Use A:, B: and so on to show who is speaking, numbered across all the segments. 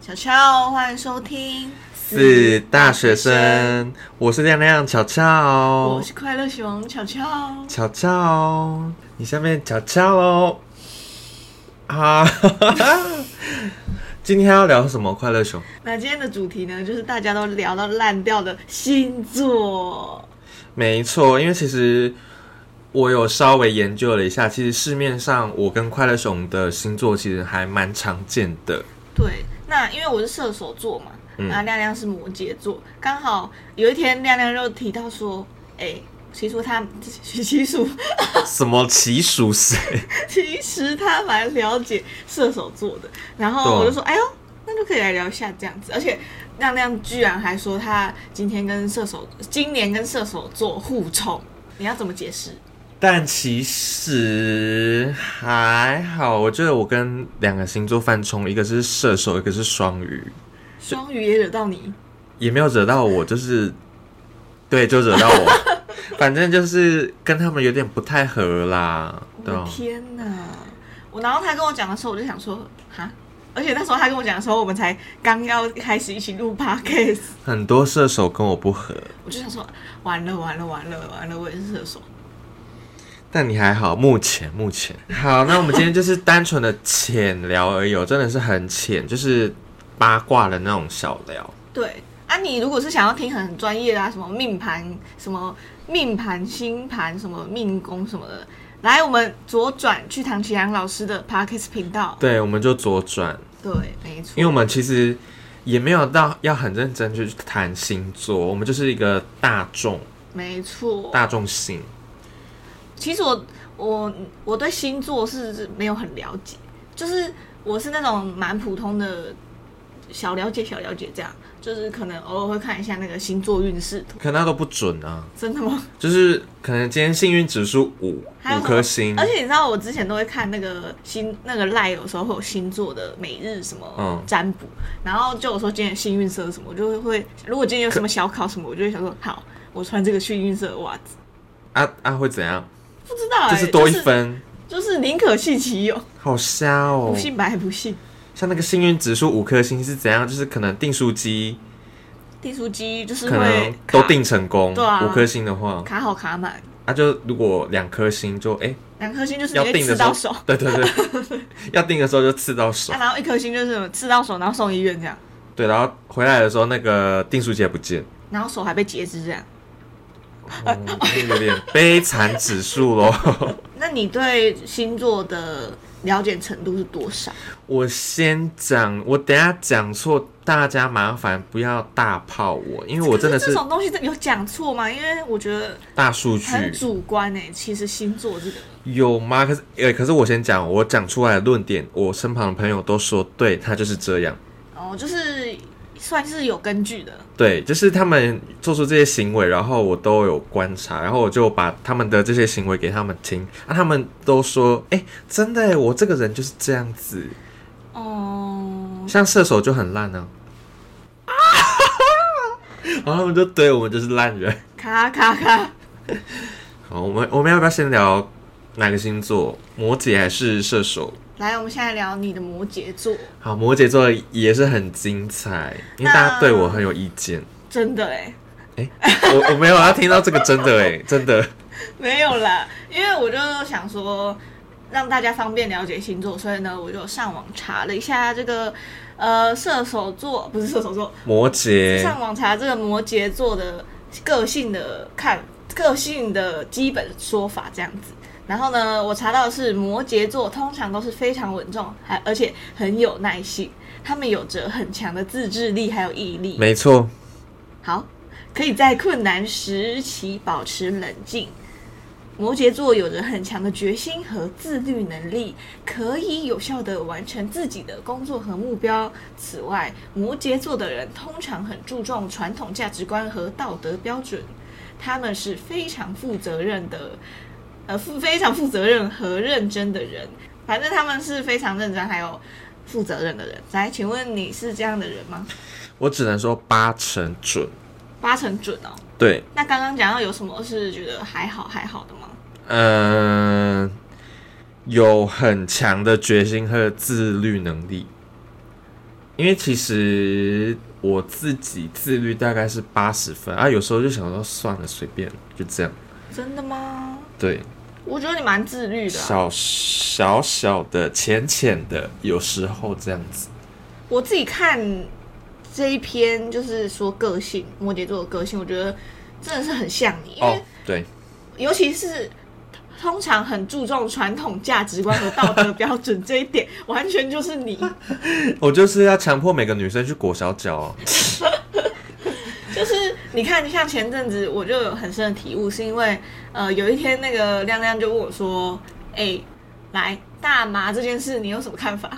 A: 小乔，欢迎收听，
B: 是大学生，我是亮亮巧巧
A: 我，是快乐熊巧巧。
B: 巧巧，你下面巧巧喽。啊，今天要聊什么？快乐熊
A: 那今天的主题呢，就是大家都聊到烂掉的星座。
B: 没错，因为其实我有稍微研究了一下，其实市面上我跟快乐熊的星座其实还蛮常见的。
A: 对，那因为我是射手座嘛，
B: 嗯
A: 那亮亮是摩羯座，刚好有一天亮亮就提到说，哎、其实他其实
B: 什么奇属谁？
A: 其实他蛮了解射手座的，然后
B: 啊
A: 我就说，哎呦，那就可以来聊一下这样子。而且亮亮居然还说他今天跟射手，今年跟射手座互冲，你要怎么解释？
B: 但其实还好，我觉得我跟两个星座犯冲，一个是射手，一个是双鱼。
A: 双鱼也惹到你，
B: 也没有惹到我，就是对，就惹到 我，反正就是跟他们有点不太合啦，
A: 我
B: 对
A: 的
B: 啊，
A: 天哪！我然后他跟我讲的时候，我就想说，哈。而且那时候他跟我讲的时候，我们才刚要开始一起录 podcast，
B: 很多射手跟我不合，
A: 我就想说，完了完了完了完了，我也是射手。
B: 但你还好，目前目前好，那我们今天就是单纯的浅聊而已哦，真的是很浅，就是八卦的那种小聊。
A: 对啊，你如果是想要听很专业的啊，什么命盘、什么命盘、星盘、什么命宫什么的，来，我们左转去唐奇阳老师的 Parkes 频道。
B: 对，我们就左转，
A: 对，没错。
B: 因为我们其实也没有到要很认真去谈星座，我们就是一个大众
A: 没错。
B: 大众性。
A: 其实我我我对星座是没有很了解，就是我是那种蛮普通的小了解小了解这样，就是可能偶尔会看一下那个星座运势图。
B: 可能那都不准啊，
A: 真的吗？
B: 就是可能今天幸运指数五
A: 还有
B: 五
A: 什么
B: 颗星，
A: 而且你知道，我之前都会看那个星那个赖，有时候会有星座的每日什么
B: 嗯
A: 占卜，然后就有说今天的幸运色是什么，我就会如果今天有什么小考什么，我就会想说好，我穿这个幸运色的袜子，
B: 啊啊会怎样？
A: 不知道、欸、
B: 就是多一，分，
A: 就是宁可信其有，
B: 好瞎哦
A: 不！信白不信。
B: 像那个幸运指数五颗星是怎样？就是可能订书机
A: 订书机就是
B: 可能
A: 会
B: 都
A: 卡
B: 订成功，
A: 对啊
B: 五颗星的话，
A: 卡好卡满，
B: 啊就如果两颗星就哎、
A: 两颗星就是你
B: 要
A: 会
B: 订
A: 吃
B: 的时
A: 到
B: 候
A: 手，啊，
B: 对对对，要订的时候就刺到手，
A: 然后一颗星就是什么吃到手，然后送医院这样，
B: 对，然后回来的时候那个订书机也不见，
A: 然后手还被截肢这样。
B: 哦、有点悲惨指数咯。
A: 那你对星座的了解程度是多少？
B: 我先讲，我等一下讲错，大家麻烦不要大炮我，因为我真的
A: 可这
B: 是
A: 种东西真的有讲错吗？因为我觉得
B: 大数据
A: 很主观诶、其实星座这个，
B: 有吗？可是，呃、可是我先讲，我讲出来的论点，我身旁的朋友都说，对他就是这样，
A: 哦，就是算是有根据的。
B: 对，就是他们做出这些行为，然后我都有观察，然后我就把他们的这些行为给他们听，啊，他们都说，哎、真的耶，我这个人就是这样子，
A: 哦，
B: 像射手就很 烂呢、啊，然后他们就对我们就是烂人。
A: 咔咔咔，
B: 好，我们我们要不要先聊哪个星座？摩羯还是射手？
A: 来，我们现在聊你的摩羯座，
B: 好，摩羯座也是很精彩，因为大家对我很有意见。
A: 真的诶、欸
B: 我我没有要听到这个真的哎、真的
A: 没有啦，因为我就想说让大家方便了解星座，所以呢，我就上网查了一下这个呃射手座，不是射手座，
B: 摩羯
A: 上网查这个摩羯座的个性的看个性的基本说法这样子。然后呢，我查到的是摩羯座通常都是非常稳重，还而且很有耐性，他们有着很强的自制力还有毅力。
B: 没错，
A: 好，可以在困难时期保持冷静。摩羯座有着很强的决心和自律能力，可以有效地完成自己的工作和目标。此外，摩羯座的人通常很注重传统价值观和道德标准，他们是非常负责任的，呃，负非常负责任和认真的人。反正他们是非常认真还有负责任的人。来，请问你是这样的人吗？
B: 我只能说八成准。
A: 八成准哦。
B: 对，
A: 那刚刚讲到有什么是觉得还好还好的吗？
B: 嗯、有很强的决心和自律能力。因为其实我自己自律大概是八十分啊，有时候就想说算了，随便就这样。
A: 真的吗？
B: 对，
A: 我觉得你蛮自律的啊、
B: 小小小的、浅浅的，有时候这样子。
A: 我自己看这一篇，就是说个性，摩羯座的个性，我觉得真的是很像你，因为
B: 哦，对，
A: 尤其是通常很注重传统价值观和道德标准这一点，完全就是 你。
B: 我就是要强迫每个女生去裹小脚、哦。
A: 就是你看，像前阵子我就有很深的体悟，是因为呃，有一天那个亮亮就问我说：“哎、来大麻这件事，你有什么看法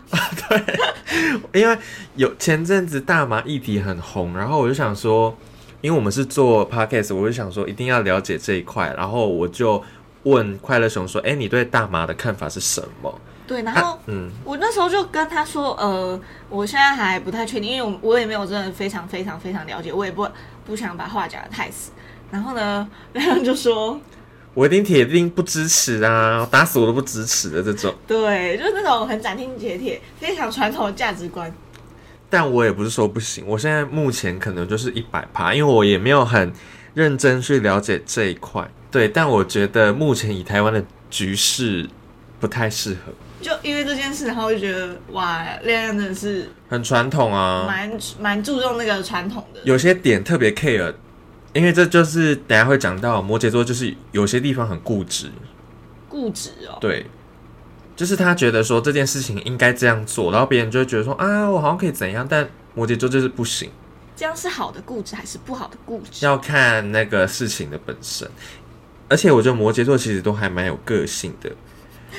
B: 因为有前阵子大麻议题很红，然后我就想说，因为我们是做 podcast，我就想说一定要了解这一块，然后我就问快乐熊说：“哎、你对大麻的看法是什么？”？”
A: 对，然后。
B: 嗯，
A: 我那时候就跟他说，呃，我现在还不太确定，因为我我也没有真的非常非常非常了解，我也不不想把话讲的太死。然后呢， 然后就说，
B: 我一定铁定不支持啊，打死我都不支持的这种。
A: 对，就是那种很斩钉截铁、非常传统的价值观。
B: 但我也不是说不行，我现在目前可能就是一百趴，因为我也没有很认真去了解这一块。对，但我觉得目前以台湾的局势不太适合，
A: 就因为这件事，然后我就觉得，哇，恋爱真的是
B: 很传统啊，
A: 蛮蛮注重那个传统的。
B: 有些点特别 care，因为这就是等一下会讲到摩羯座，就是有些地方很固执，
A: 固执哦。
B: 对，就是他觉得说这件事情应该这样做，然后别人就会觉得说啊，我好像可以怎样，但摩羯座就是不行，
A: 这样是好的固执还是不好的固执？
B: 要看那个事情的本身。而且我觉得摩羯座其实都还蛮有个性的，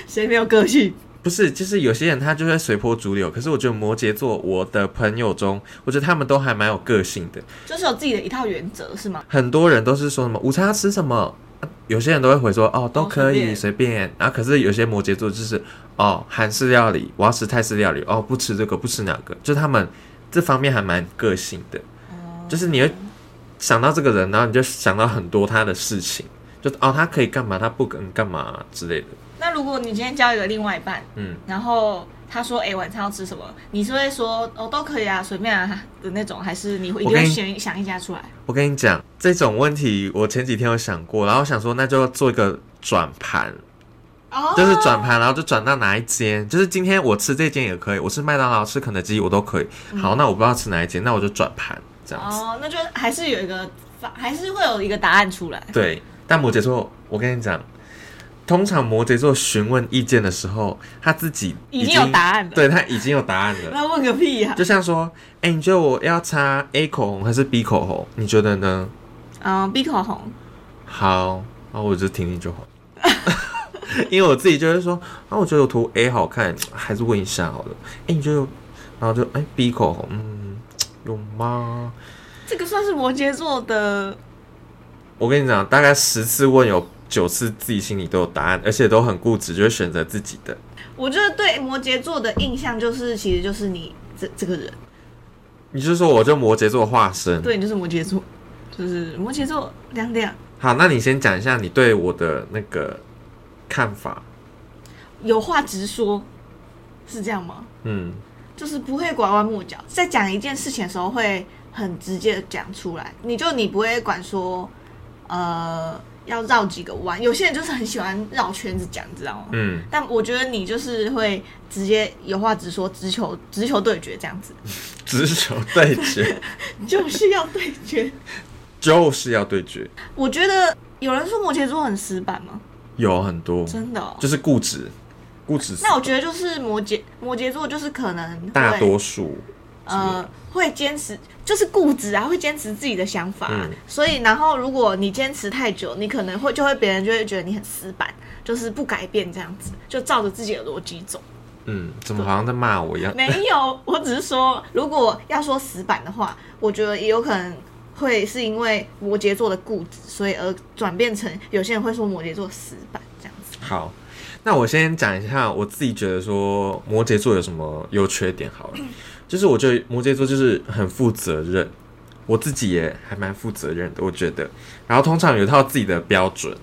A: 谁没有个性？
B: 不是，就是有些人他就会随波逐流，可是我觉得摩羯座，我的朋友中，我觉得他们都还蛮有个性的。
A: 就是有自己的一套原则，是吗？
B: 很多人都是说什么午餐要吃什么，啊有些人都会回说哦都可以
A: 哦
B: 随便，然后可是有些摩羯座就是哦韩式料理，我要吃泰式料理，哦不吃这个不吃那个，就他们这方面还蛮个性的，
A: 哦
B: 就是你会想到这个人，然后你就想到很多他的事情，就哦他可以干嘛，他不能干嘛之类的，
A: 哦那如果你今天交一个另外一半，
B: 嗯，
A: 然后他说：“哎、晚餐要吃什么？”你是会说“哦，都可以啊，随便啊”的那种，还是你会一
B: 我
A: 定
B: 跟
A: 会
B: 你
A: 选想一家出来？
B: 我跟你讲，这种问题我前几天有想过，然后想说那就做一个转盘，
A: 哦
B: 就是转盘，然后就转到哪一间。就是今天我吃这间也可以，我吃麦当劳、吃肯德基我都可以。好，那我不知道吃哪一间，那我就转盘这样子。
A: 嗯哦，那就还是有一个发，还是会有一个答案出来。
B: 对，但摩羯座，我跟你讲，通常摩羯座询问意见的时候，他自己
A: 已经有答案了
B: 对他已经有答案 了。
A: 那问个屁啊呀、
B: 就像说，哎、你觉得我要擦 A 口红还是 B 口红？你觉得呢？
A: 嗯，鼻口红，
B: 好，那我就听听就好。 因为我自己就会说，啊，我觉得我涂 A 好看，还是问一下好了。哎、你就，然后就哎、B 口红，嗯，有吗？
A: 这个算是摩羯座的
B: 我跟你讲，大概十次问有九次自己心里都有答案，而且都很固执，就会选择自己的。
A: 我觉得对摩羯座的印象就是，其实就是你这这个人，
B: 你就说我就摩羯座化身。
A: 对，你就是摩羯座，就是摩羯座两点
B: 好，那你先讲一下你对我的那个看法。
A: 有话直说，是这样吗？
B: 嗯，
A: 就是不会拐弯抹角，在讲一件事情的时候会很直接的讲出来，你就你不会管说，呃，要绕几个弯，有些人就是很喜欢绕圈子讲，你知道吗？
B: 嗯，
A: 但我觉得你就是会直接有话直说，直球直球对决这样子，
B: 直球对 决
A: 就是要对决。
B: 就是要对决，
A: 我觉得有人说摩羯座很死板吗？
B: 有很多，
A: 真的、哦。
B: 就是固执，固执。
A: 那我觉得就是摩羯摩羯座就是可能会
B: 大多数
A: 呃会坚持，就是固执啊，会坚持自己的想法啊、
B: 嗯
A: 所以然后如果你坚持太久，你可能会就会别人就会觉得你很死板，就是不改变这样子，就照着自己的逻辑走。
B: 嗯，怎么好像在骂我一样？
A: 没 有，我只是说，如果要说死板的话，我觉得也有可能会是因为摩羯座的固执，所以而转变成有些人会说摩羯座死板这样子。
B: 好， 那我先讲一下我自己觉得说摩羯座有什么优缺点好了。就是我觉得摩羯座就是很负责任，我自己也还蛮负责任的，我觉得。然后通常有一套自己的标准，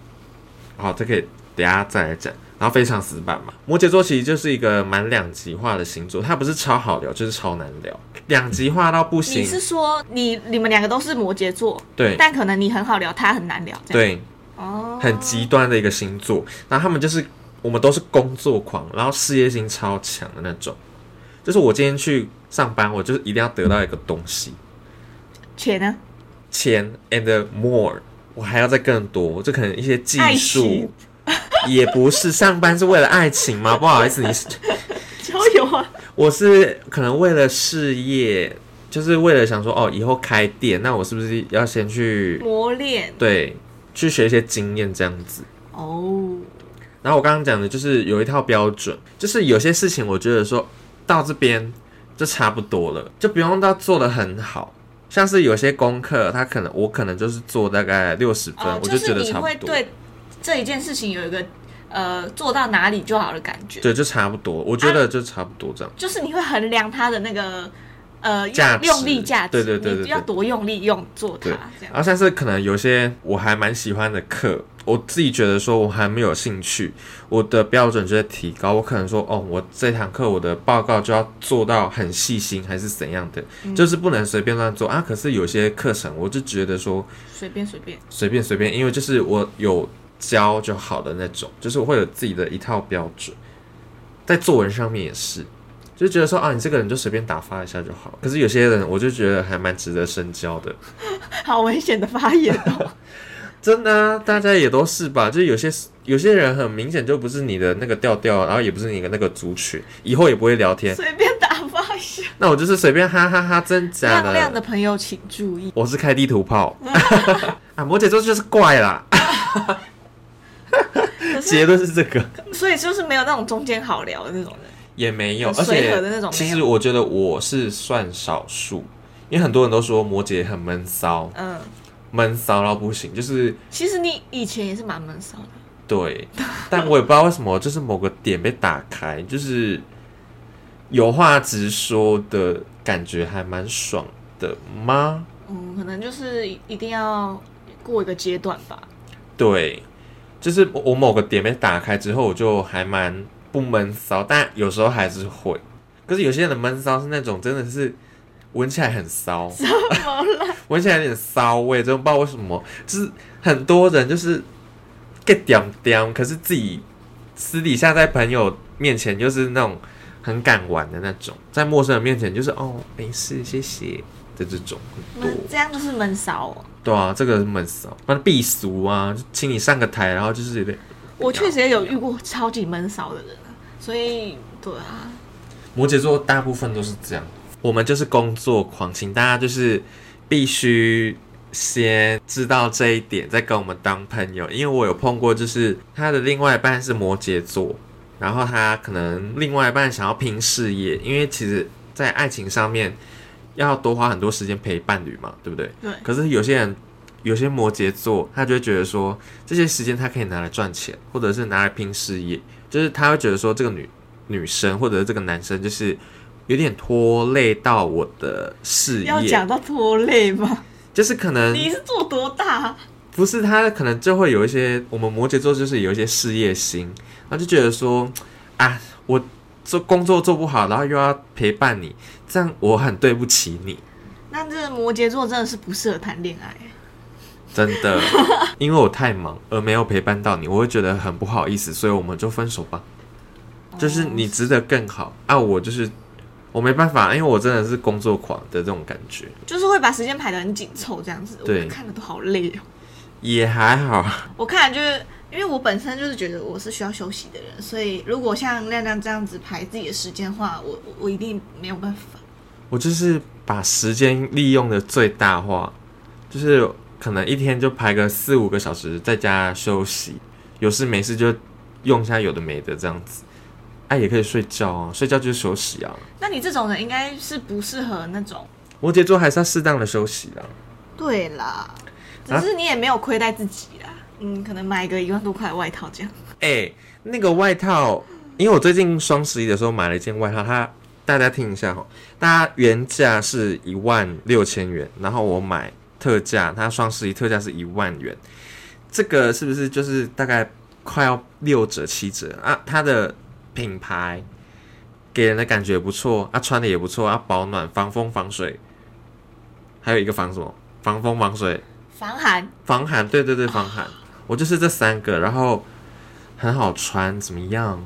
B: 好，这可以等一下再来讲。然后非常死板嘛，摩羯座其实就是一个蛮两极化的星座，它不是超好聊，就是超难聊，两极化到不
A: 你
B: 行。
A: 是说你你们两个都是摩羯座，
B: 对
A: 但可能你很好聊，他很难聊，这样
B: 对，
A: 哦，
B: 很极端的一个星座。然后他们就是我们都是工作狂，然后事业心超强的那种。就是我今天去上班，我就是一定要得到一个东西，
A: 且呢，
B: 钱 and more，我还要再更多，这可能一些技
A: 爱
B: 术
A: 情，
B: 也不是上班是为了爱情吗？不好意思，你是
A: 交友啊，
B: 我是可能为了事业，就是为了想说哦，以后开店，那我是不是要先去
A: 磨练
B: 对去学一些经验这样子？
A: 哦，
B: 然后我刚刚讲的就是有一套标准，就是有些事情我觉得说到这边就差不多了，就不用到做的很好。像是有些功课，他可能我可能就是做大概六十分，
A: 哦，
B: 我
A: 就
B: 觉
A: 是
B: 得
A: 你
B: 差
A: 会
B: 不多，
A: 对这一件事情有一个呃做到哪里就好的感觉，
B: 对，就差不多，我觉得就差不多这样。
A: 就是你会衡量他的那个呃
B: 价
A: 用
B: 值
A: 用力价值，
B: 对对对对
A: 你要
B: 对
A: 多用力用做它这
B: 对然
A: 样。
B: 后像啊是可能有些我还蛮喜欢的课，我自己觉得说我还没有兴趣，我的标准就会提高。我可能说，哦，我这堂课我的报告就要做到很细心，还是怎样的，就是不能随便乱做啊。可是有些课程我就觉得说
A: 随便随便，
B: 随便随便，因为就是我有教就好的那种，就是我会有自己的一套标准。在作文上面也是，就觉得说啊，你这个人就随便打发一下就好。可是有些人我就觉得还蛮值得深交的。
A: 好危险的发言 哦！
B: 真的、啊，大家也都是吧？就是有些有些人很明显就不是你的那个调调，然后也不是你的那个族群，以后也不会聊天。
A: 随便打发一下。
B: 那我就是随便哈哈哈真假
A: 亮
B: 的。
A: 亮的朋友请注意，
B: 我是开地图炮啊，摩羯座就是怪啦，
A: 可是
B: 结论是这个
A: 所以就是没有那种中间好聊的那种人，
B: 也没有，而
A: 很随和的那
B: 且
A: 种
B: 其
A: 没
B: 实
A: 有
B: 我觉得我是算少数，因为很多人都说摩羯很闷骚，
A: 嗯，
B: 闷骚到不行，就是
A: 其实你以前也是蛮闷骚的，
B: 对，但我也不知道为什么，就是某个点被打开，就是有话直说的感觉，还蛮爽的吗？
A: 嗯，可能就是一定要过一个阶段吧，
B: 对，就是我我某个点被打开之后，我就还蛮不闷骚，但有时候还是会。可是有些人的闷骚是那种真的是闻起来很骚， 闻起来有点骚味，真的不知道为什么，就是很多人就是 get 屌屌，可是自己私底下在朋友面前就是那种很敢玩的那种，在陌生人面前就是哦没事谢谢的这种很多
A: 闷。这样就是闷骚哦。
B: 对啊，这个是闷骚，那避俗啊，就请你上个台，然后就是有点
A: 我确实也有遇过超级闷骚的人啊，所以对啊，
B: 摩羯座大部分都是这样，我们就是工作狂，请大家就是必须先知道这一点，再跟我们当朋友。因为我有碰过，就是他的另外一半是摩羯座，然后他可能另外一半想要拼事业，因为其实，在爱情上面要多花很多时间陪伴侣嘛，对不对？
A: 对
B: 可是有些人，有些摩羯座，他就会觉得说，这些时间他可以拿来赚钱，或者是拿来拼事业，就是他会觉得说，这个女女生或者是这个男生，就是有点拖累到我的事
A: 要讲
B: 业，
A: 到拖累吗？
B: 就是可能
A: 你是做多大啊？
B: 不是他可能就会有一些，我们摩羯座就是有一些事业心，然后就觉得说，啊，我做工作做不好，然后又要陪伴你，这样我很对不起你。
A: 那这摩羯座真的是不适合谈恋爱。
B: 真的， 因为我太忙而没有陪伴到你，我会觉得很不好意思，所以我们就分手吧。就是你值得更好啊，我就是我没办法，因为我真的是工作狂的这种感觉，
A: 就是会把时间排得很紧凑，这样子，
B: 对
A: 我看的都好累哦。
B: 也还好。
A: 我看了就是因为我本身就是觉得我是需要休息的人，所以如果像亮亮这样子排自己的时间的话，我我我一定没有办法。
B: 我就是把时间利用的最大化，就是可能一天就排个四五个小时在家休息，有事没事就用一下有的没的这样子。哎、也可以睡觉啊，睡觉就是休息啊。
A: 那你这种人应该是不适合那种，
B: 摩羯座还是要适当的休息啊。
A: 对啦，只
B: 啊
A: 是你也没有亏待自己啦。嗯，可能买个一万多块的外套这样。
B: 哎、那个外套，因为我最近双十一的时候买了一件外套，它大家听一下哈，大家原价是一万六千元，然后我买特价，它双十一特价是一万元，这个是不是就是大概快要六折七折啊？它的品牌给人的感觉不错啊，穿的也不错啊，保暖、防风、防水，还有一个防什么？防风、防水、
A: 防寒，
B: 防寒，对对对，防寒。我就是这三个，然后很好穿，怎么样？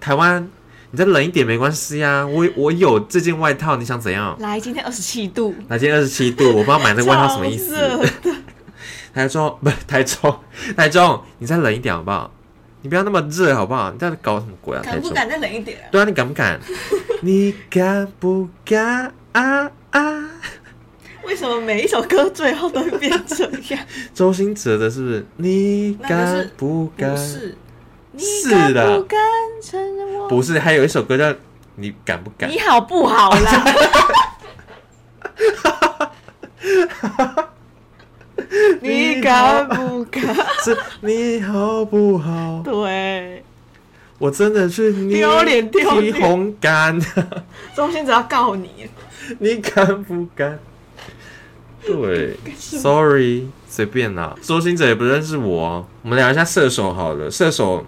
B: 台湾，你再冷一点没关系啊，我我有这件外套，你想怎样？
A: 来，今天二十七 度，
B: 那今天二十七度，我不知道买这个外套什么意思
A: 超。
B: 啊
A: 热
B: 台中不，台中， 台中，你再冷一点好不好？你不要那么热好不好？你在搞什么鬼啊？台
A: 敢不
B: 中，
A: 敢再冷一点啊？
B: 对啊，你敢 不敢？你敢不敢啊啊？
A: 为什么每一首歌最后都会变这样？
B: 周兴哲的是不是？你
A: 那就是
B: 敢不敢？
A: 不是，你
B: 是
A: 敢
B: 的
A: 不敢承认我？
B: 不是，还有一首歌叫《你敢不敢》
A: 你。好不好 啦？你敢不敢？
B: 是你好不好？
A: 对，
B: 我真的是你
A: 丢脸丢脸
B: 提红干，
A: 中心只要告你，
B: 你敢不敢？对，sorry，随便啦。周星哲也不认识我哦。我们聊一下射手好了，射手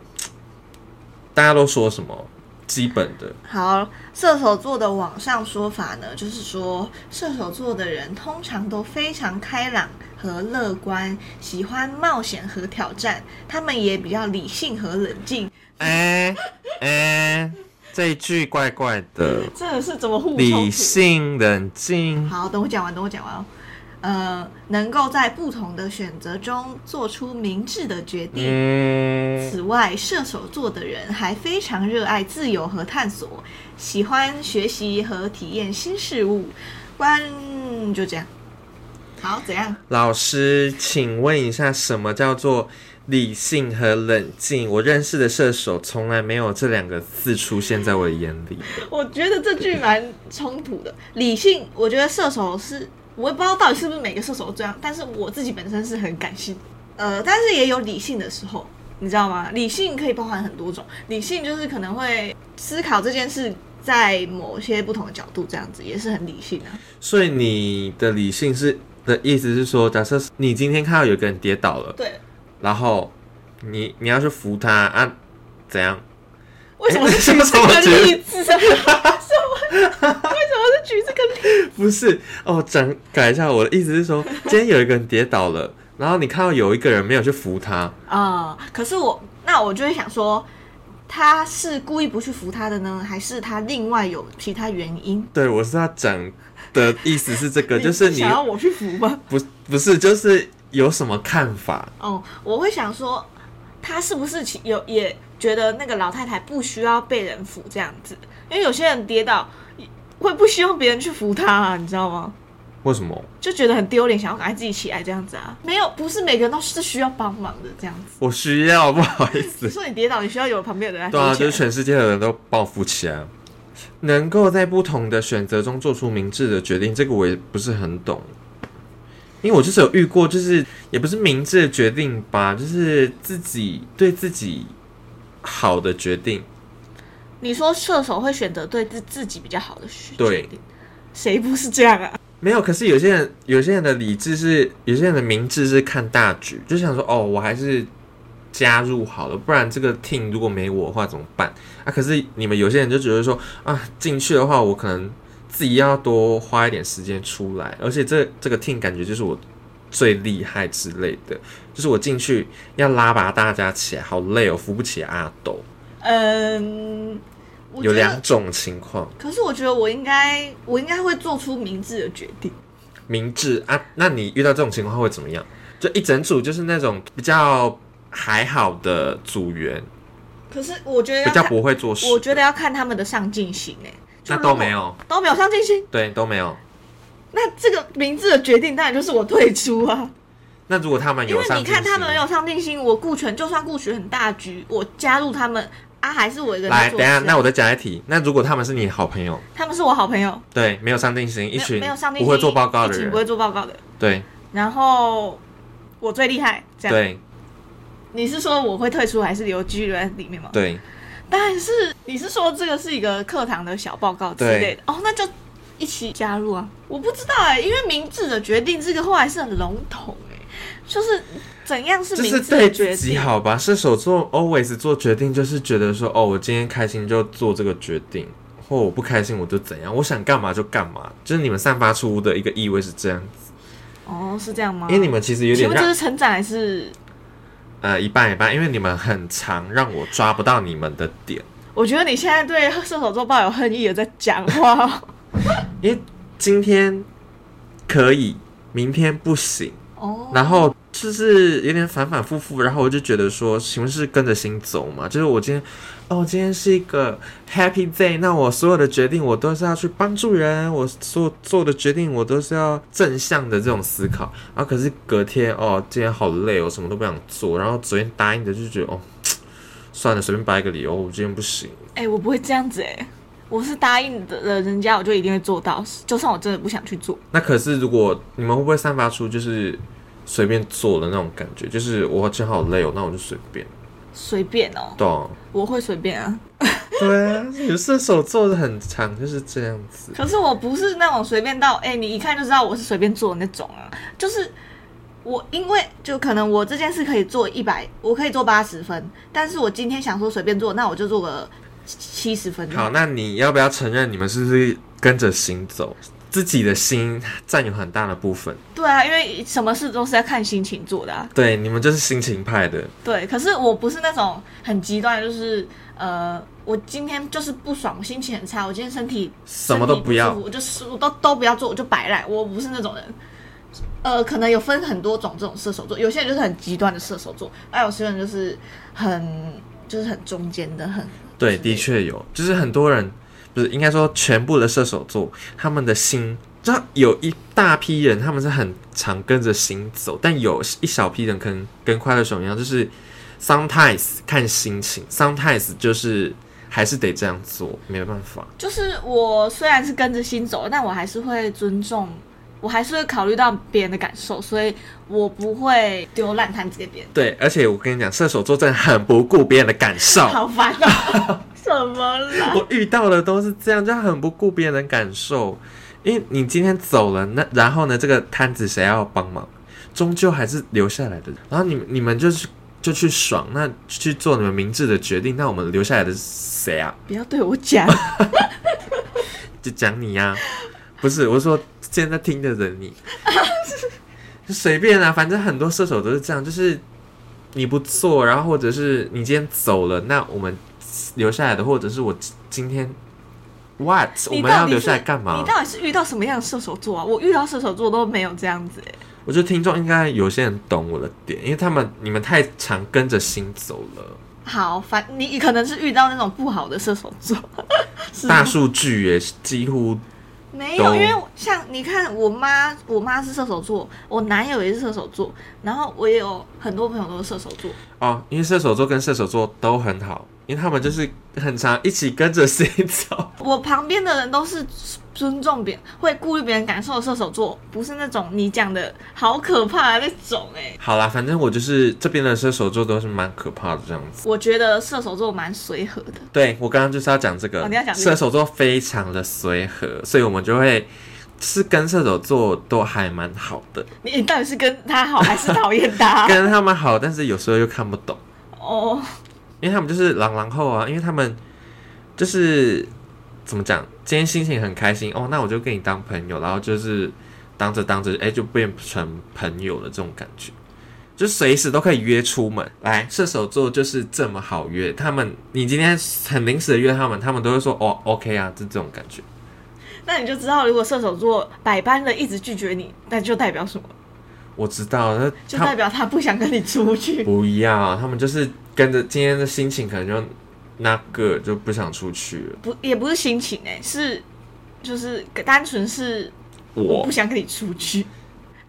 B: 大家都说什么？基本的，
A: 好，射手座的网上说法呢，就是说射手座的人通常都非常开朗和乐观，喜欢冒险和挑战，他们也比较理性和冷静。
B: 哎、哎、这一句怪怪的，
A: 这是怎么互
B: 理
A: 冲突？
B: 性冷静，
A: 好，等我讲完，等我讲完哦。呃，能够在不同的选择中做出明智的决定，
B: 嗯，
A: 此外，射手座的人还非常热爱自由和探索，喜欢学习和体验新事物。关就这样。好，怎样？
B: 老师，请问一下，什么叫做理性和冷静？我认识的射手从来没有这两个字出现在我的眼里。
A: 我觉得这句蛮冲突的。理性，我觉得射手是，我也不知道到底是不是每个射手都这样，但是我自己本身是很感性，呃，但是也有理性的时候，你知道吗？理性可以包含很多种，理性就是可能会思考这件事在某些不同的角度，这样子也是很理性啊。
B: 所以你的理性是的意思是说，假设你今天看到有个人跌倒了，
A: 对，
B: 然后你你要去扶他啊，怎样？
A: 为什么是举这个例子？什么？为什么是举这个例子？
B: 不是哦，整改一下，我的意思是说，今天有一个人跌倒了，然后你看到有一个人没有去扶他，
A: 啊、可是我那我就会想说，他是故意不去扶他的呢，还是他另外有其他原因？
B: 对我是要讲的意思是这个，就是你
A: 想要我去扶吗？
B: 不不是，就是有什么看法？
A: 哦，我会想说，他是不是其有也觉得那个老太太不需要被人扶这样子？因为有些人跌倒会不希望别人去扶他、啊，你知道吗？
B: 为什么？
A: 就觉得很丢脸，想要赶快自己起来这样子啊？没有，不是每个人都是需要帮忙的这样子。
B: 我需要，不好意
A: 你
B: 思。
A: 说你跌倒，你需要有旁边 的人来扶
B: 对啊，
A: 起
B: 就
A: 来
B: 是全世界的人都帮我扶起来，能够在不同的选择中做出明智的决定，这个我也不是很懂。因为我就是有遇过，就是也不是明智的决定吧，就是自己对自己好的决定。
A: 你说射手会选择对自自己比较好的选
B: 对
A: 决定，谁不是这样啊？
B: 没有，可是有些人，有些人的理智是，有些人的明智是看大局，就想说，哦，我还是加入好了，不然这个 team 如果没我的话怎么办啊？可是你们有些人就觉得说，啊，进去的话，我可能自己要多花一点时间出来，而且这这个 team 感觉就是我最厉害之类的，就是我进去要拉拔大家起来，好累哦，扶不起阿斗。
A: 嗯，我
B: 有
A: 觉
B: 两
A: 得，
B: 种情况，
A: 可是我觉得我应该，我应该会做出明智的决定。
B: 明智啊，那你遇到这种情况会怎么样？就一整组就是那种比较还好的组员，
A: 可是我觉得
B: 比
A: 要
B: 较
A: 看，
B: 不会做事，
A: 啊我觉得要看他们的上进心诶、就
B: 那
A: 如果
B: 都没有，
A: 都没有上进心，
B: 对，都没有。
A: 那这个明智的决定当然就是我退出啊。
B: 那如果他们
A: 因
B: 有
A: 为
B: 上
A: 你
B: 进
A: 看他们
B: 心
A: 没有上进心，我顾全就算顾全很大局，我加入他们啊，还是我一个人在
B: 来，
A: 做
B: 等一下，
A: 事啊
B: 那我再讲一题。那如果他们是你好朋友，
A: 他们是我好朋友，
B: 对，没有上进心，一
A: 没有
B: 群
A: 没有上进
B: 不
A: 心，
B: 会做报告
A: 一
B: 的
A: 群
B: 人
A: 不，会做报告的。
B: 对
A: 然后我最厉害，这样。
B: 对
A: 你是说我会退出还是留居留在里面吗？
B: 对，
A: 但是你是说这个是一个课堂的小报告之类的哦，那就一起加入啊！我不知道哎、因为明智的决定这个后来是很笼统哎、就是怎样是
B: 就
A: 明
B: 是
A: 智的
B: 对
A: 决
B: 自己
A: 定？
B: 好吧。射手座 always 做决定就是觉得说，哦，我今天开心就做这个决定，或我不开心我就怎样，我想干嘛就干嘛。就是你们散发出的一个意味是这样子，
A: 哦，是这样吗？
B: 因为你们其实有
A: 请
B: 点
A: 问这
B: 让
A: 是成长还是？
B: 呃一半一半，因为你们很长，让我抓不到你们的点，
A: 我觉得你现在对射手座抱有恨意的在讲话
B: 因为今天可以，明天不行，
A: 哦。
B: 然后就是有点反反复复，然后我就觉得说，请问是跟着心走吗？就是我今天，哦，今天是一个 happy day，那我所有的决定我都是要去帮助人，我所做的决定我都是要正向的这种思考。然后可是隔天，哦，今天好累，我什么都不想做。然后昨天答应的就觉得，哦，算了，随便掰一个理由，我今天不行。
A: 哎、我不会这样子哎、我是答应的了人家，我就一定会做到，就算我真的不想去做。
B: 那可是如果你们会不会散发出就是随便做的那种感觉？就是我今天好累哦，那我就随便，
A: 随便哦，
B: 懂、
A: 我会随便啊。
B: 对啊，有射手座的很长就是这样子。
A: 可是我不是那种随便到，哎、你一看就知道我是随便做的那种啊。就是我因为就可能我这件事可以做一百，我可以做八十分，但是我今天想说随便做，那我就做个七十分。
B: 好，那你要不要承认你们是不是跟着心走？自己的心占有很大的部分，
A: 对啊，因为什么事都是要看心情做的啊。
B: 对，你们就是心情派的，
A: 对，可是我不是那种很极端，就是呃，我今天就是不爽，我心情很差，我今天身体
B: 什么都不要
A: 身体舒服我就是我都都不要做，我就摆烂，我不是那种人。呃，可能有分很多种这种射手座，有些人就是很极端的射手座，哎，有些人就是很就是很中间的，很
B: 对，的确有，就是很多人不是应该说全部的射手座，他们的心，就有一大批人他们是很常跟着心走，但有一小批人可能跟快乐熊一样，就是 sometimes 看心情，sometimes 就是还是得这样做，没办法。
A: 就是我虽然是跟着心走，但我还是会尊重，我还是会考虑到别人的感受，所以我不会丢烂摊子给别人。
B: 对，而且我跟你讲，射手座真的很不顾别人的感受。
A: 好烦哦， 什么啦？
B: 我遇到的都是这样，就很不顾别人的感受。因为你今天走了，那然后呢，这个摊子谁要帮忙，终究还是留下来的。然后你你们就是就去爽，那去做你们明智的决定。那我们留下来的是谁啊？
A: 不要对我讲，
B: 就讲你呀、不是，我是说现在听的人 你，就随便啊，反正很多射手都是这样，就是你不做，然后或者是你今天走了，那我们留下来的，或者是我今天 what 我
A: 你
B: 们
A: 到
B: 要
A: 底
B: 留
A: 是
B: 下来干嘛
A: 你？到底是遇到什么样的射手座啊？我遇到射手座都没有这样子、欸，
B: 我觉得听众应该有些人懂我的点，因为他们你们太常跟着心走了，
A: 好烦。你你可能是遇到那种不好的射手座，是
B: 大
A: 吗
B: 数据也是几乎
A: 没有，
B: 懂
A: 因为像你看我妈，我妈是射手座，我男友也是射手座，然后我也有很多朋友都是射手座，
B: 哦，因为射手座跟射手座都很好，因为他们就是很常一起跟着心走。
A: 我旁边的人都是尊重别人、会顾虑别人感受的射手座，不是那种你讲的好可怕的那种、欸，
B: 好啦，反正我就是这边的射手座都是蛮可怕的这样子。
A: 我觉得射手座蛮随和的，
B: 对我刚刚就是要讲这个，
A: 哦你要讲这个
B: 射手座非常的随和，所以我们就会是跟射手座都还蛮好的，
A: 你你到底是跟他好还是讨厌他？
B: 跟他们好，但是有时候又看不懂，
A: 哦，
B: 因为他们就是狼狼后啊，因为他们就是怎么讲，今天心情很开心哦，那我就跟你当朋友，然后就是当着当着，哎、就变成朋友了这种感觉。就随时都可以约出门来，射手座就是这么好约。他们，你今天很临时的约他们，他们都会说哦，OK 啊，就这种感觉。
A: 那你就知道，如果射手座百般的一直拒绝你，那就代表什么？
B: 我知道，那
A: 就
B: 他
A: 代表他不想跟你出去。
B: 不一样，他们就是跟着今天的心情，可能就那个就不想出去了。
A: 不，也不是心情哎、是就是单纯是我
B: 我
A: 不想跟你出去。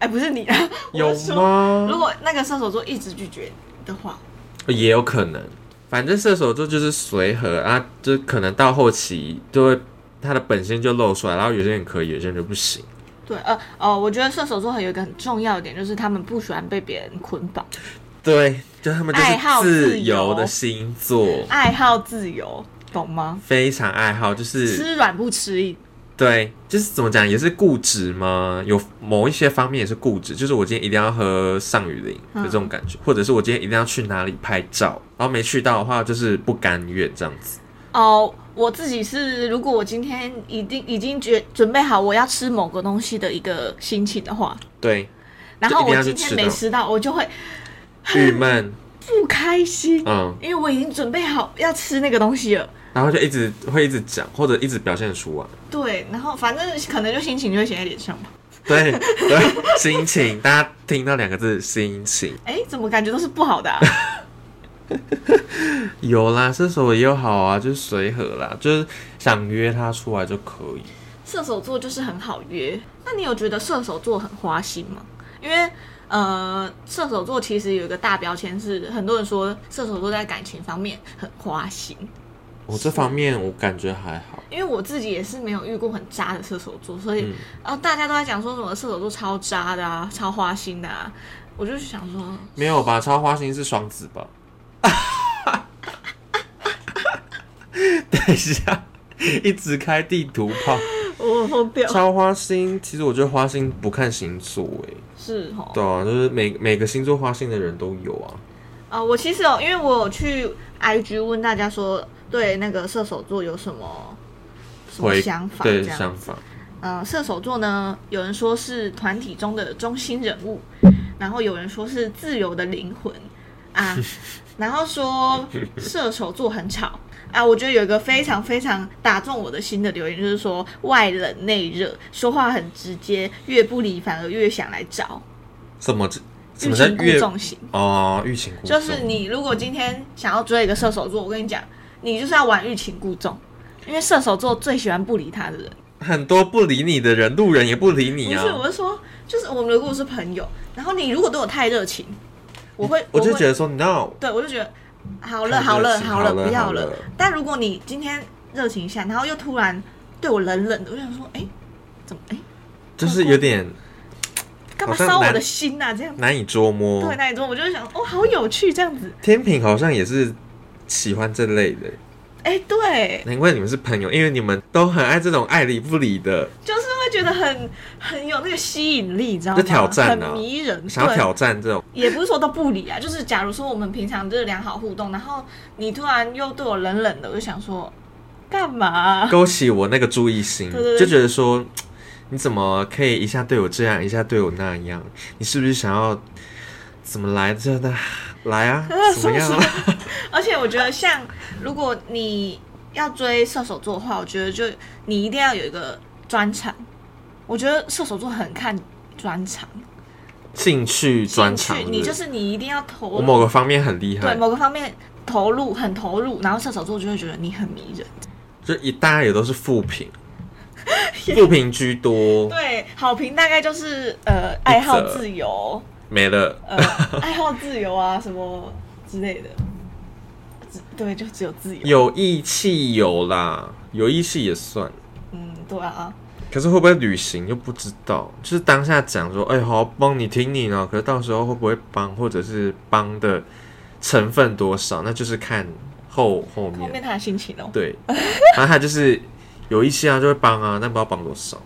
A: 哎、不是你啊，
B: 有
A: 我是说？如
B: 吗？
A: 果那个射手座一直拒绝你的话，
B: 也有可能，反正射手座就是随和啊，就可能到后期就会他的本性就露出来，然后有些人可以，有些人就不行。
A: 对，呃，哦，我觉得射手座还有一个很重要的点，就是他们不喜欢被别人捆绑。
B: 对，就他们就
A: 爱好
B: 是
A: 自
B: 自由的
A: 由
B: 星座，
A: 爱好自由，懂吗？
B: 非常爱好，就是
A: 吃软不吃硬，
B: 对，就是怎么讲，也是固执嘛。有某一些方面也是固执，就是我今天一定要喝上雨林的
A: 嗯
B: 这种感觉，或者是我今天一定要去哪里拍照，然后没去到的话就是不甘愿这样子。
A: 哦，我自己是，如果我今天已经已经觉准备好我要吃某个东西的一个心情的话，
B: 对，
A: 然后
B: 就一定
A: 我
B: 要去
A: 今天
B: 吃
A: 没
B: 到
A: 吃到，我就会
B: 郁闷，
A: 不开心，
B: 嗯，
A: 因为我已经准备好要吃那个东西了。
B: 然后就一直会一直讲，或者一直表现出来。
A: 对，然后反正可能就心情就会写在脸上吧。
B: 对对，心情，大家听到两个字心情，
A: 哎，怎么感觉都是不好的啊、
B: 有啦，射手也有好啊，就是随和啦，就是想约他出来就可以。
A: 射手座就是很好约。那你有觉得射手座很花心吗？因为呃，射手座其实有一个大标签是，很多人说射手座在感情方面很花心。
B: 我这方面我感觉还好，
A: 因为我自己也是没有遇过很渣的射手座，所以、
B: 嗯
A: 呃，大家都在讲说什么射手座超渣的啊，超花心的啊，我就想说，
B: 没有吧？超花心是双子吧？ 等一下，一直开地图炮。
A: 我疯掉，
B: 超花心，其实我觉得花心不看星座诶、
A: 是哦，
B: 对啊，就是每每个星座花心的人都有啊。
A: 啊、我其实有，因为我有去 IG 问大家说，对那个射手座有什么什么
B: 回
A: 想法？这
B: 对
A: 样，
B: 想法，
A: 呃，射手座呢，有人说是团体中的中心人物，然后有人说是自由的灵魂 啊，然后说射手座很吵啊。我觉得有一个非常非常打中我的心的留言，就是说外冷内热，说话很直接，越不理反而越想来找，
B: 什么这什
A: 欲
B: 么叫
A: 擒故
B: 越
A: 纵啊型。
B: 哦，欲擒故纵，
A: 就是你如果今天想要追一个射手座，我跟你讲，你就是要玩欲擒故纵，因为射手座最喜欢不理他的人。
B: 很多不理你的人，路人也不理你
A: 不
B: 啊。
A: 是，我是说，就是我们如果是朋友，然后你如果对我太热情，我会，
B: 我就
A: 会
B: 觉得说，no，
A: 对我就觉得好
B: 好
A: 了，好了，好了，不要
B: 了。好
A: 了。但如果你今天热情一下，然后又突然对我冷冷的，我就想说，哎、怎么，哎、
B: 就是有点
A: 干嘛
B: 好像
A: 烧我
B: 难
A: 的心啊呐、这样子，
B: 难以捉摸
A: 对，。那一种我就会想，哦，好有趣，这样子，
B: 天平好像也是喜欢这类的，
A: 哎、对，
B: 难怪你们是朋友，因为你们都很爱这种爱理不理的，
A: 就是会觉得很很有那个吸引力，你知道吗？
B: 就挑战啊
A: 很迷人，
B: 想要
A: 对
B: 挑战这种。
A: 也不是说都不理啊，就是假如说我们平常就是良好互动，然后你突然又对我冷冷的，我就想说干嘛啊、
B: 勾起我那个注意心，
A: 对对对
B: 就觉得说，你怎么可以一下对我这样，一下对我那样？你是不是想要怎么来这的？来 啊，怎么样、啊？
A: 而且我觉得像如果你要追射手座的话，我觉得就你一定要有一个专长。我觉得射手座很看专长，
B: 兴趣专长
A: 兴趣
B: 是不
A: 你就是你一定要投
B: 我
A: 入
B: 某个方面很厉
A: 对
B: 害，
A: 某个方面投入很投入，然后射手座就会觉得你很迷人。
B: 就一大家也都是负评，负评居多，
A: 对，好评大概就是呃爱好
B: 一则
A: 自 由，
B: 没了。
A: 呃，爱好自由啊，什么之类的。只对，就只有自由。
B: 有义气有啦，有义气也算，
A: 嗯，对啊，
B: 可是会不会旅行就不知道。就是当下讲说，哎、好帮你听你呢，可是到时候会不会帮，或者是帮的成分多少，那就是看后后面。
A: 后面他的心情哦、
B: 对，然后他就是有一些啊就会帮啊，但不知道帮多少。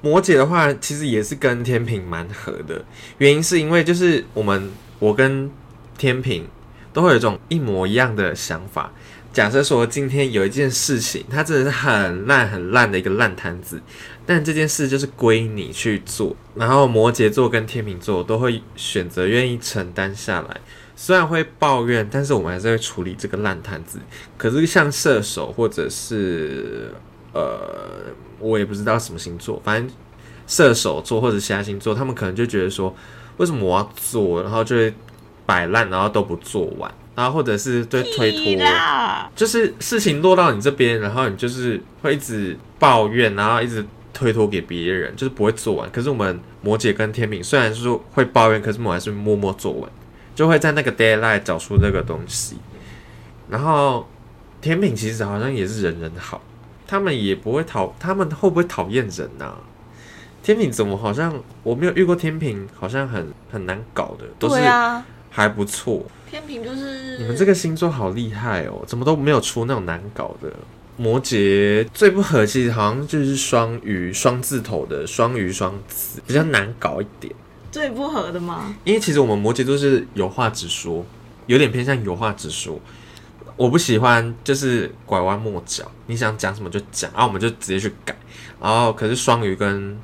B: 摩羯的话，其实也是跟天平蛮合的，原因是因为就是我们我跟天平都会有一种一模一样的想法。假设说今天有一件事情，它真的是很烂很烂的一个烂摊子，但这件事就是归你去做。然后摩羯座跟天秤座都会选择愿意承担下来，虽然会抱怨，但是我们还是会处理这个烂摊子。可是像射手或者是呃，我也不知道什么星座，反正射手座或者其他星座，他们可能就觉得说，为什么我要做，然后就会摆烂，然后都不做完，然后或者是对推
A: 屁
B: 脱。
A: 啦，
B: 就是事情落到你这边，然后你就是会一直抱怨，然后一直推脱给别人，就是不会做完。可是我们摩羯跟天秤虽然说会抱怨，可是我们还是默默做完，就会在那个 deadline 找出那个东西。然后天秤其实好像也是人人好，他们也不会讨，他们会不会讨厌人啊呐、天秤怎么好像我没有遇过天秤，好像很很难搞的，都是
A: 对啊，
B: 还不错。
A: 天平就是
B: 你们这个星座好厉害哦，怎么都没有出那种难搞的。摩羯最不合气，好像就是双鱼双字头的双鱼双子比较难搞一点。
A: 最不合的吗？
B: 因为其实我们摩羯座是有话直说，有点偏向有话直说。我不喜欢就是拐弯抹角，你想讲什么就讲，然、后我们就直接去改。然后可是双鱼跟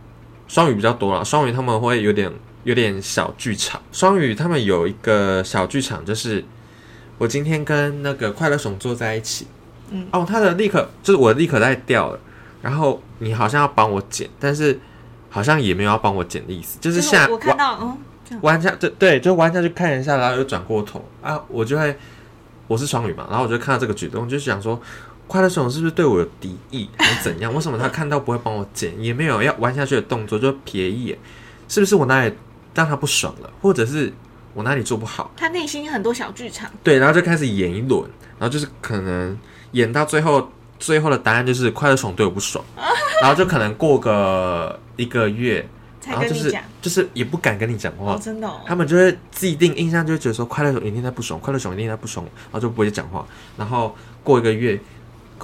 B: 双鱼比较多啦，双鱼他们会有点有点小剧场。双鱼他们有一个小剧场，就是我今天跟那个快乐熊坐在一起，
A: 嗯
B: 哦，他的立刻就是我的立刻带掉了，然后你好像要帮我剪，但是好像也没有要帮我剪的意思，就是下
A: 我我看到，嗯，这样
B: 弯下，对对，就弯下去看一下，然后又转过头啊，我就会，我是双鱼嘛，然后我就看到这个举动，就想说，快乐熊是不是对我有敌意，还是怎样？为什么他看到不会帮我捡，也没有要弯下去的动作，就瞥一眼，是不是我哪里让他不爽了，或者是我哪里做不好？
A: 他内心很多小剧场，
B: 对，然后就开始演一轮，然后就是可能演到最后，最后的答案就是快乐熊对我不 爽，然后就可能过个一个月，
A: 才
B: 然后
A: 跟
B: 就
A: 你
B: 是
A: 讲。
B: 就是也不敢跟你讲话
A: 哦，，真的、哦，
B: 他们就会既定印象，就会觉得说快乐熊一定在不爽，快乐熊一定在不爽，然后就不会讲话。然后过一个月，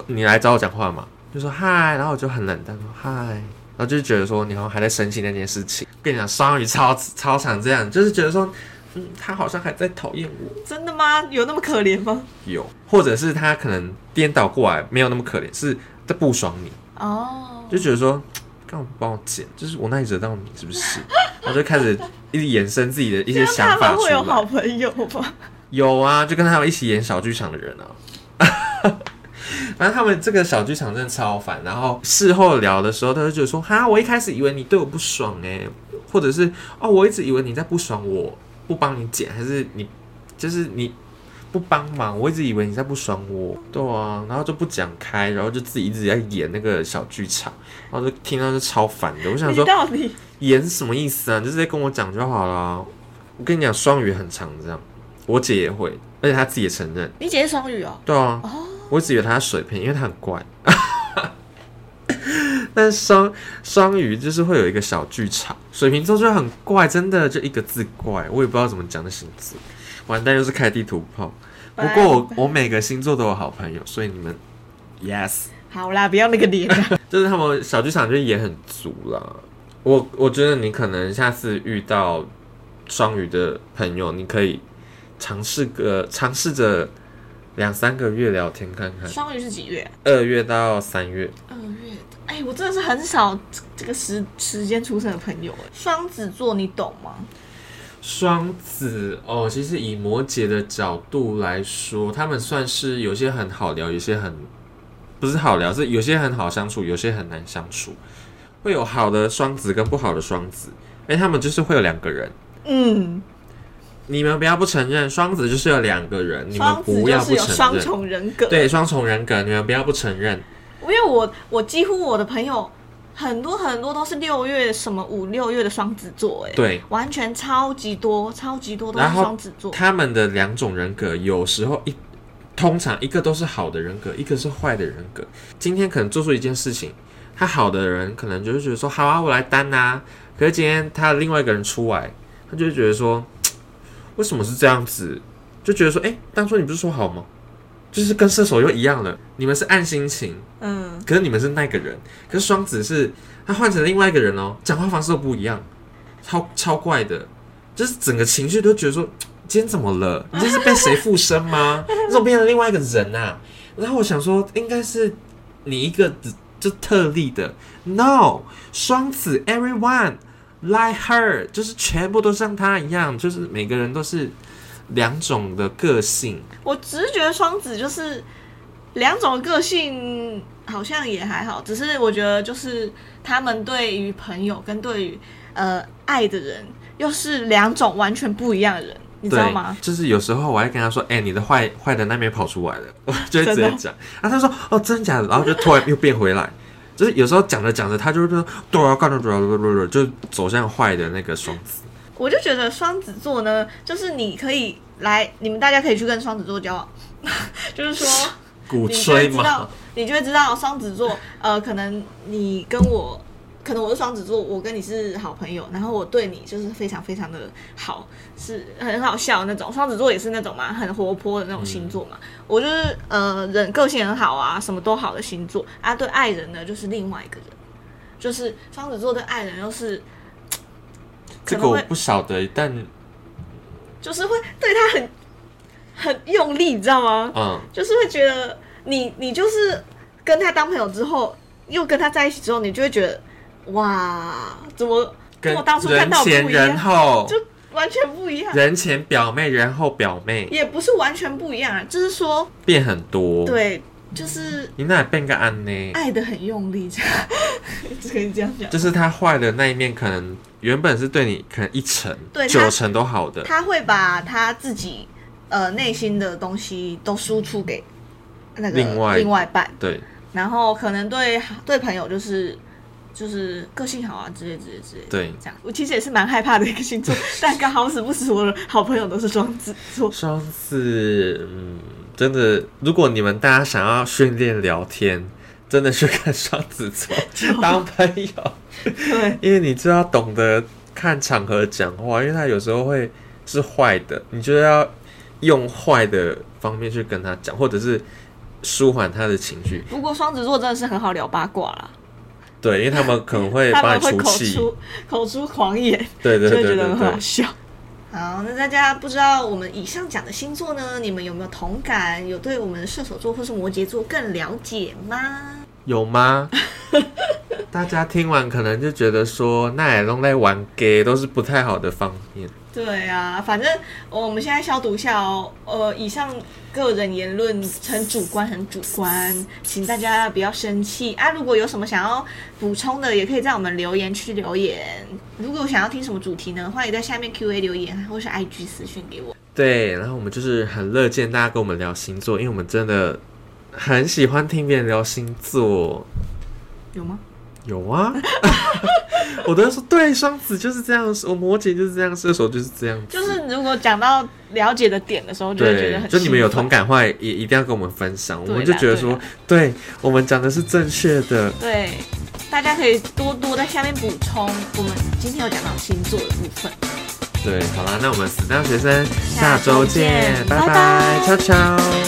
B: 你来找我讲话嘛，就说嗨，然后我就很冷淡说嗨，然后就觉得说你好像还在生气那件事情。跟你讲，双鱼超超常这样，就是觉得说，嗯，他好像还在讨厌我。
A: 真的吗？有那么可怜吗？
B: 有，或者是他可能颠倒过来，没有那么可怜，是在不爽你，
A: 哦，
B: 就觉得说，干嘛不帮我剪？就是我哪里惹到你，是不是？ 然后就开始一直延伸自己的
A: 这
B: 一些
A: 样他
B: 想法
A: 们
B: 出
A: 会有好
B: 来。
A: 朋友吗？
B: 有啊，就跟他们一起演小剧场的人啊。 然后他们这个小剧场真的超烦，然后事后聊的时候，他就觉得说：“哈，我一开始以为你对我不爽哎、或者是哦，我一直以为你在不爽我，不帮你剪，还是你就是你不帮忙，我一直以为你在不爽我。”对啊，然后就不讲开，然后就自己一直在演那个小剧场，然后就听到就超烦的。我想
A: 你
B: 说，
A: 到底
B: 演是什么意思啊？你就直接跟我讲就好啦。我跟你讲，双鱼很常这样，我姐也会，而且她自己也承认。
A: 你姐是双鱼哦？
B: 对啊，
A: 哦
B: 我一直以为她是水瓶，因为她很怪。 但是双双鱼就是会有一个小剧场，水瓶座就很怪，真的就一个字怪，我也不知道怎么讲的星座。完蛋，又是开地图炮。不过我我每个星座都有好朋友，所以你们，yes。
A: 好啦，不要那个脸啊 啦。
B: 就是他们小剧场就也很足啦。我我觉得你可能下次遇到双鱼的朋友，你可以尝试个尝试着两三个月聊天看看，
A: 双鱼是几月啊？
B: 二月到三月。
A: 二月的。哎、我真的是很少这这个时时间出生的朋友哎。双子座你懂吗？
B: 双子哦，其实以摩羯的角度来说，他们算是有些很好聊，有些很不是好聊，是有些很好相处，有些很难相处。会有好的双子跟不好的双子，哎，他们就是会有两个人。
A: 嗯，
B: 你们不要不承认，双子就是有两个人，你们
A: 双子
B: 不
A: 就
B: 要不
A: 是有
B: 承
A: 双
B: 认。
A: 重人格。，
B: 对，双重人格，你们不要不承认。
A: 因为我我几乎我的朋友很多很多都是六月什么五六月的双子座哎。
B: 对，
A: 完全超级多，超级多都是
B: 然后
A: 双子座。
B: 他们的两种人格有时候一，通常一个都是好的人格，一个是坏的人格。今天可能做出一件事情，他好的人可能就是觉得说，好啊，我来担啊。可是今天他另外一个人出来，他就会觉得说，嘖为什么是这样子？就觉得说，哎、当初你不是说好吗？就是跟射手又一样了，你们是按心情，
A: 嗯，
B: 可是你们是那个人，可是双子是他换成另外一个人哦，讲话方式都不一样，超超怪的，就是整个情绪都觉得说，今天怎么了？你这是被谁附身吗？你怎么变成另外一个人啊？然后我想说，应该是你一个只就特例的，no，双子 everyone like her，就是全部都像他一样，就是每个人都是两种的个性。
A: 我只是觉得双子就是两种个性，好像也还好，只是我觉得就是他们对于朋友跟对于呃爱的人，又是两种完全不一样的人，你知道
B: 对，
A: 吗？
B: 就是有时候我还跟他说：“哎、你的坏坏的那边跑出来了。” 我就会直接
A: 真的
B: 讲。然后他说：“哦，真的假的？”然后就突然又变回来。就是有时候讲着讲着，他就会说：“对啊，干了对啊，对啊对啊对啊就走向坏的那个双子。
A: 我就觉得双子座呢，就是你可以来，你们大家可以去跟双子座交往， 就是说。
B: 鼓
A: 你就会
B: 吹
A: 知道
B: 嘛，，
A: 你就会知道双子座，呃，可能你跟我可能我是双子座，我跟你是好朋友，然后我对你就是非常非常的好，是很好笑那种。双子座也是那种嘛，很活泼的那种星座嘛。
B: 嗯
A: 我就是呃，人个性很好啊，什么都好的星座啊。对爱人呢，就是另外一个人，就是双子座对爱人又是可
B: 这个
A: 能
B: 我
A: 会
B: 不晓得，但
A: 就是会对他很很用力，你知道吗？
B: 嗯，
A: 就是会觉得你你就是跟他当朋友之后，又跟他在一起之后，你就会觉得哇，怎么跟
B: 跟
A: 我当初看
B: 人
A: 到的
B: 前
A: 不一样
B: 人，后，
A: 就完全不一样，
B: 人前表妹，人后表妹
A: 也不是完全不一样啊，就是说
B: 变很多。，
A: 对，哎就是
B: 你那也变个安呢？
A: 爱的很用力，这样 只可以这样讲。
B: 就是他坏的那一面，可能原本是对你可能一成
A: 对、他
B: 九成都好的，
A: 他会把他自己呃内心的东西都输出给那个
B: 另外
A: 另外一半，
B: 对，
A: 然后可能对对朋友就是就是个性好啊之类之类之类。
B: 对
A: 这样，我其实也是蛮害怕的一个 星座，但刚好死不死我的好朋友都是双子座。
B: 上次，嗯，真的，如果你们大家想要训练聊天，真的去看双 子座当朋友，
A: 对，
B: 因为你就要懂得看场合讲话，因为他有时候会是坏的，你就要用坏的方面去跟他讲，或者是舒缓他的情绪。
A: 不过双子座真的是很好聊八卦啦，
B: 对，因为他们可能会
A: 他
B: 帮
A: 们会
B: 你
A: 口
B: 出气，
A: 出口出狂言，
B: 对对
A: 就
B: 对
A: 会觉
B: 对
A: 得
B: 对
A: 很好笑。好，那大家不知道我们以上讲的星座呢，你们有没有同感？有对我们射手座或是摩羯座更了解吗？
B: 有吗？ 大家听完可能就觉得说，那也弄在玩 gay 都是不太好的方面。
A: 对啊，反正我们现在消毒一下哦。呃，以上个人言论很主观，很主观，请大家不要生气啊。如果有什么想要补充的，也可以在我们留言区留言。如果想要听什么主题呢，欢迎在下面 Q&A 留言，或是 IG 私讯给我。
B: 对，然后我们就是很乐见大家跟我们聊星座，因为我们真的很喜欢听别人聊星座。
A: 有吗？
B: 有啊， 我都说对，双子就是这样，我摩羯就是这样，射手就是这样子。
A: 就是如果讲到了解的点的时候，就会觉得
B: 对，
A: 很
B: 就你们有同
A: 感。
B: 感的话，也一定要跟我们分享，我
A: 对
B: 们
A: 啦
B: 就觉得说，对我们讲的是正确的。
A: 对，大家可以多多在下面补充我们今天有讲到星座的部分。
B: 对，好啦，那我们死当学生
A: 下
B: 下
A: 周
B: 周见
A: 见，
B: 拜
A: 拜拜
B: 拜，悄悄。